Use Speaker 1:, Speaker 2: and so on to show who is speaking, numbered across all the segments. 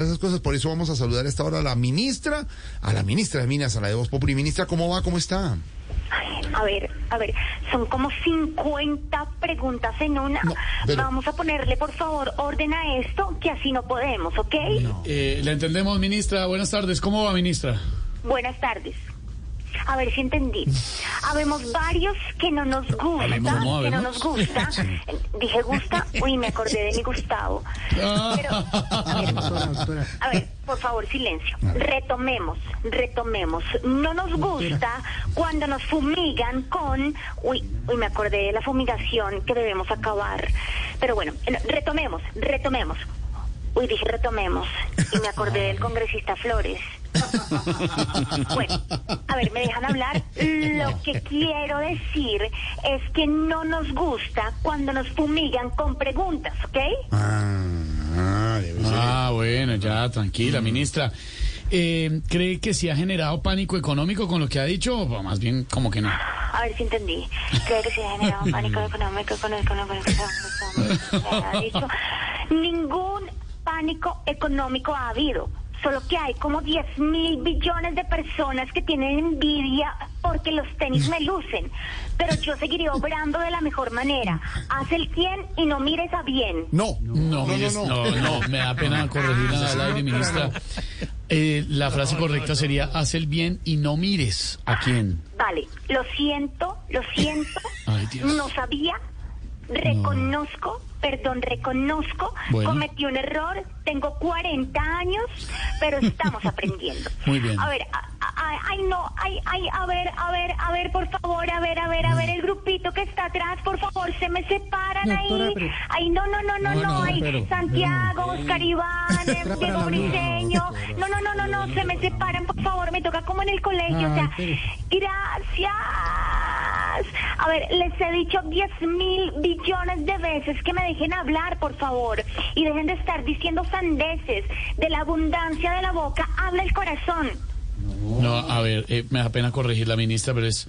Speaker 1: Esas cosas, por eso vamos a saludar a esta hora a la ministra, a la ministra de Minas, a la de Voz Populi. Ministra, ¿cómo va? ¿Cómo está?
Speaker 2: A ver, a ver, son como 50 preguntas en una.
Speaker 1: No, pero-
Speaker 2: Vamos a ponerle, por favor, orden a esto, que así no podemos, ¿ok?
Speaker 3: Eh, la entendemos, ministra. Buenas tardes. ¿Cómo va, ministra?
Speaker 2: Buenas tardes. A ver si entendí. Habemos varios que no nos gusta,
Speaker 3: Hablemos, ¿no?
Speaker 2: que no
Speaker 3: Hablemos.
Speaker 2: nos gusta. Dije gusta, uy, me acordé de mi Gustavo. Pero, a ver, por favor, silencio. Retomemos, retomemos. No nos gusta cuando nos fumigan con... Uy, uy, me acordé de la fumigación que debemos acabar. Pero bueno, eh, retomemos, retomemos. Uy, dije retomemos. Y me acordé del congresista Flores. Bueno, a ver, me dejan hablar. Lo que quiero decir es que no nos gusta cuando nos fumigan con preguntas, ¿ok?
Speaker 1: Ah, debe ser.
Speaker 3: Ah, bueno, ya, tranquila, ministra. Eh, ¿Cree que se ha generado pánico económico con lo que ha dicho? O más bien, como que no.
Speaker 2: A ver si entendí. Creo que se ha generado un pánico económico con el con el- con el- con el- con el- con el- ha dicho. Ningún pánico económico ha habido. Solo que hay como 10 mil billones de personas que tienen envidia porque los tenis me lucen. Pero yo seguiré obrando de la mejor manera. Haz el bien y no mires a bien.
Speaker 1: No,
Speaker 3: No, minis- no, no, me da pena corregirla al aire, ministra. Eh, la frase correcta sería, haz el bien y no mires a quién.
Speaker 2: Vale, lo siento, lo siento.
Speaker 3: Ay, Dios.
Speaker 2: No sabía. Reconozco, perdón, reconozco.
Speaker 3: Bueno.
Speaker 2: Cometí un error. Tengo 40 años, pero estamos aprendiendo.
Speaker 3: Muy bien.
Speaker 2: A ver, a- a- ay, no, ay, ay, a ver, a ver, a ver, por favor, a ver, a ver, a
Speaker 3: Mm.
Speaker 2: ver, el grupito que está atrás, por favor, se me separan ahí. Ay, no, no, no, no, no, ay, Santiago, Oscar Iván, eh, Diego Briseño. No, no, no, no, no, se me separan, por favor, me toca como en el colegio, o sea, gracias. A ver, les he dicho 10 mil billones de veces que me dejen hablar, por favor, y dejen de estar diciendo sandeces. De la abundancia de la boca habla el corazón.
Speaker 3: No, a ver, eh, me da pena corregirla, ministra, pero es...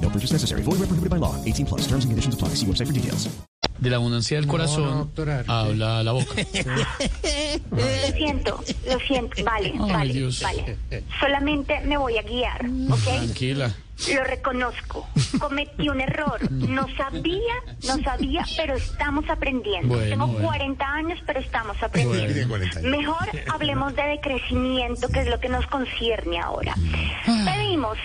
Speaker 4: No purchase necessary. Void where prohibited by law. 18 plus. Terms and conditions apply. See website for details.
Speaker 3: De la abundancia del corazón habla la boca.
Speaker 2: Lo siento, lo siento. Vale,
Speaker 3: Ay,
Speaker 2: vale,
Speaker 3: Dios.
Speaker 2: vale. Solamente me voy a guiar, ¿ok?
Speaker 3: Tranquila.
Speaker 2: Lo reconozco. Cometí un error. No sabía, no sabía, pero estamos aprendiendo.
Speaker 3: Bueno,
Speaker 2: Tengo
Speaker 3: bueno.
Speaker 2: 40 años, pero estamos
Speaker 3: Bueno.
Speaker 2: aprendiendo.
Speaker 1: Tiene 40 años.
Speaker 2: Mejor hablemos de decrecimiento, que es lo que nos concierne ahora.
Speaker 1: Ah.
Speaker 2: Pedimos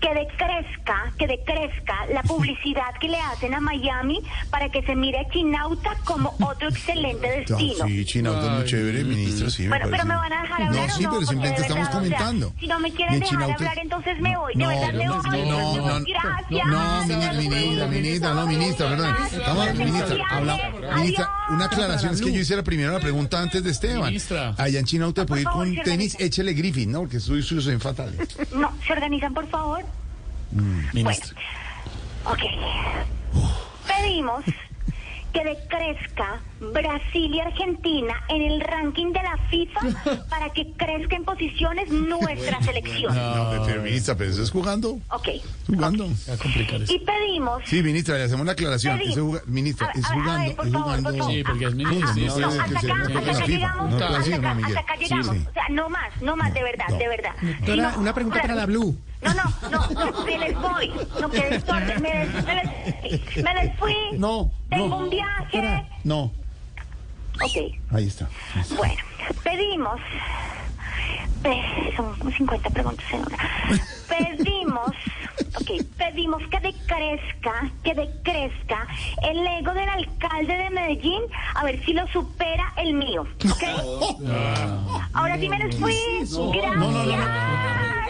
Speaker 2: que decrezca, que decrezca la publicidad que le hacen a Miami para que se mire a Chinauta como otro excelente
Speaker 1: Ah,
Speaker 2: destino.
Speaker 1: sí, Chinauta es muy chévere, ministro, sí. me
Speaker 2: Bueno, pero
Speaker 1: parece.
Speaker 2: me van a dejar hablar.
Speaker 1: No,
Speaker 2: o
Speaker 1: sí, pero
Speaker 2: Porque
Speaker 1: simplemente
Speaker 2: de
Speaker 1: estamos
Speaker 2: verdad, o sea,
Speaker 1: comentando.
Speaker 2: si no me
Speaker 1: Y
Speaker 2: quieren
Speaker 1: en
Speaker 2: dejar
Speaker 1: Chinauta-
Speaker 2: hablar, entonces me voy.
Speaker 1: No,
Speaker 2: de verdad, me
Speaker 1: no,
Speaker 2: voy.
Speaker 1: no, no, no.
Speaker 2: gracias.
Speaker 1: No, ministra, ministra, ministra, no, ministra, perdón. Estamos, ministra, habla, ministra, una aclaración es que yo hice la primera pregunta antes de Esteban.
Speaker 3: Ministra.
Speaker 1: Allá en China usted puede ir
Speaker 2: Ah, Por favor,
Speaker 1: con
Speaker 2: cierra
Speaker 1: tenis,
Speaker 2: esa.
Speaker 1: échele Griffin, ¿no? Porque soy suyo, soy fatal.
Speaker 2: No, se organizan, por favor.
Speaker 3: Ministra.
Speaker 2: Ok. Pedimos que decrezca Brasil y Argentina en el ranking de la FIFA para que crezca en posiciones nuestra selección.
Speaker 1: No, pero ministra, pero eso es jugando,
Speaker 2: Ok.
Speaker 1: jugando.
Speaker 3: Va a complicar eso.
Speaker 2: Y pedimos
Speaker 1: Sí, ministra, le hacemos la aclaración.
Speaker 2: Pedí.
Speaker 1: Eso es juga- ministra,
Speaker 2: A- a-
Speaker 1: es
Speaker 2: a ver,
Speaker 1: jugando,
Speaker 2: por
Speaker 1: es
Speaker 2: favor, por
Speaker 1: jugando.
Speaker 2: favor.
Speaker 3: Sí, porque es ministra.
Speaker 1: Fútbol, no
Speaker 3: sí,
Speaker 1: puede
Speaker 2: hasta
Speaker 1: que se
Speaker 2: acá,
Speaker 1: meta
Speaker 2: hasta
Speaker 1: con la
Speaker 2: acá
Speaker 1: FIFA.
Speaker 2: llegamos,
Speaker 1: No
Speaker 2: hasta
Speaker 1: puede
Speaker 2: acá,
Speaker 1: así, no,
Speaker 2: hasta
Speaker 1: Miguel.
Speaker 2: acá llegamos.
Speaker 1: Sí,
Speaker 2: O sea, no más, no más, de verdad, de verdad. Si no,
Speaker 5: una pregunta para la Blue.
Speaker 2: No, no, no, no, me les voy. No, que desorden, me, des- me les, me les fui.
Speaker 1: No,
Speaker 2: Tengo
Speaker 1: no.
Speaker 2: un viaje.
Speaker 1: sí. No,
Speaker 2: Ok,
Speaker 1: ahí está.
Speaker 2: bueno, pedimos pe- son como 50 preguntas en una. Pedimos, ok, pedimos que decrezca, que decrezca el ego del alcalde de Medellín, a ver si lo supera el mío, ¿ok? Ahora sí me les fui. Gracias.